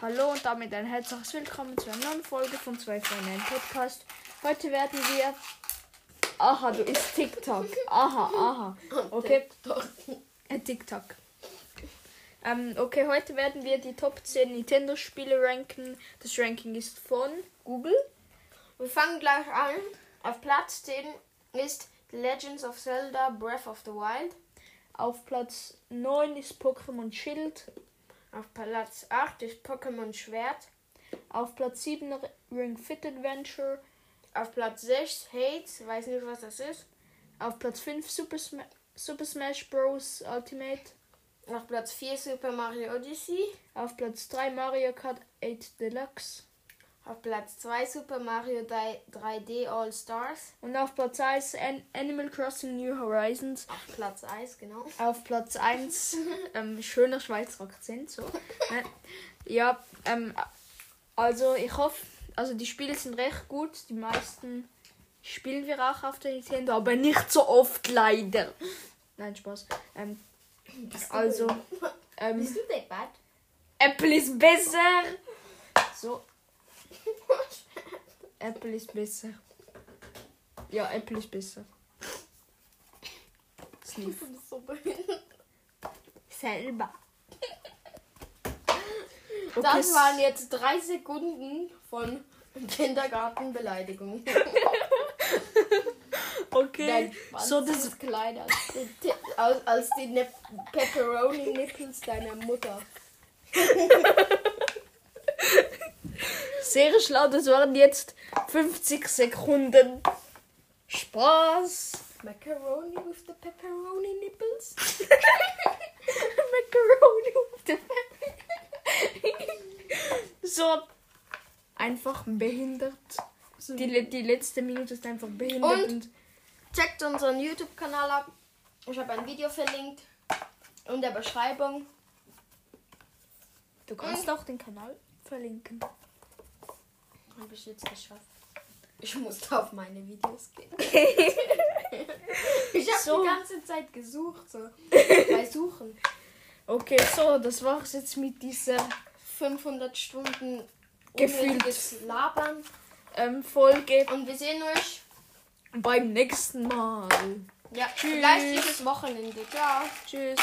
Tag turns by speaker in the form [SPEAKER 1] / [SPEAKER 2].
[SPEAKER 1] Hallo und damit ein herzliches Willkommen zu einer neuen Folge von 2 Freunde Podcast. Heute werden wir. Aha, du isst TikTok. Aha, aha. Okay. Äh, TikTok. Ähm, okay, heute werden wir die Top 10 Nintendo-Spiele ranken. Das Ranking ist von Google.
[SPEAKER 2] Wir fangen gleich an. Auf Platz 10 ist Legends of Zelda Breath of the Wild.
[SPEAKER 1] Auf Platz 9 ist Pokémon Schild.
[SPEAKER 2] Auf Platz 8 ist Pokémon Schwert.
[SPEAKER 1] Auf Platz 7 Ring Fit Adventure.
[SPEAKER 2] Auf Platz 6 Hades, weiß nicht was das ist.
[SPEAKER 1] Auf Platz 5 Super, Sma Super Smash Bros. Ultimate.
[SPEAKER 2] Auf Platz 4 Super Mario Odyssey.
[SPEAKER 1] Auf Platz 3 Mario Kart 8 Deluxe.
[SPEAKER 2] Auf Platz 2 Super Mario 3D All Stars.
[SPEAKER 1] Und auf Platz 1 An Animal Crossing New Horizons.
[SPEAKER 2] Auf Platz 1, genau.
[SPEAKER 1] Auf Platz 1 ähm, schöner Schweizer Akzent. So. Ne? ja, ähm, also ich hoffe, also die Spiele sind recht gut. Die meisten spielen wir auch auf der Nintendo, aber nicht so oft leider. Nein, Spaß. Ähm, also, ähm,
[SPEAKER 2] Bist du deppert?
[SPEAKER 1] Apple ist besser. So, Apple ist besser. Ja, Apple ist besser. Sniff.
[SPEAKER 2] so behindert.
[SPEAKER 1] Selber.
[SPEAKER 2] Das waren jetzt drei Sekunden von Kindergartenbeleidigung.
[SPEAKER 1] okay.
[SPEAKER 2] Dein Schwanz
[SPEAKER 1] So, das,
[SPEAKER 2] ist kleiner als die, Ti- als, als die Nip Pepperoni Nipples deiner Mutter.
[SPEAKER 1] sehr schlau, das waren jetzt 50 Sekunden. Spaß.
[SPEAKER 2] Macaroni with the pepperoni nipples.
[SPEAKER 1] Macaroni auf der So. Einfach behindert. Die, le- die letzte Minute ist einfach behindert.
[SPEAKER 2] Und? Checkt unseren YouTube-Kanal ab. Ich habe ein Video verlinkt in der Beschreibung.
[SPEAKER 1] du kannst auch den Kanal verlinken.
[SPEAKER 2] Habe ich jetzt geschafft. Ich musste auf meine Videos gehen. ich habe
[SPEAKER 1] So.
[SPEAKER 2] die ganze Zeit gesucht. So. Bei Suchen.
[SPEAKER 1] Okay, so, das war's jetzt mit dieser
[SPEAKER 2] 500 Stunden
[SPEAKER 1] Gefühlt.
[SPEAKER 2] unnötiges Labern.
[SPEAKER 1] ähm, Folge.
[SPEAKER 2] Und wir sehen euch.
[SPEAKER 1] Beim nächsten Mal.
[SPEAKER 2] Ja,
[SPEAKER 1] Tschüss.
[SPEAKER 2] gleich dieses Wochenende. Ciao.
[SPEAKER 1] Tschüss.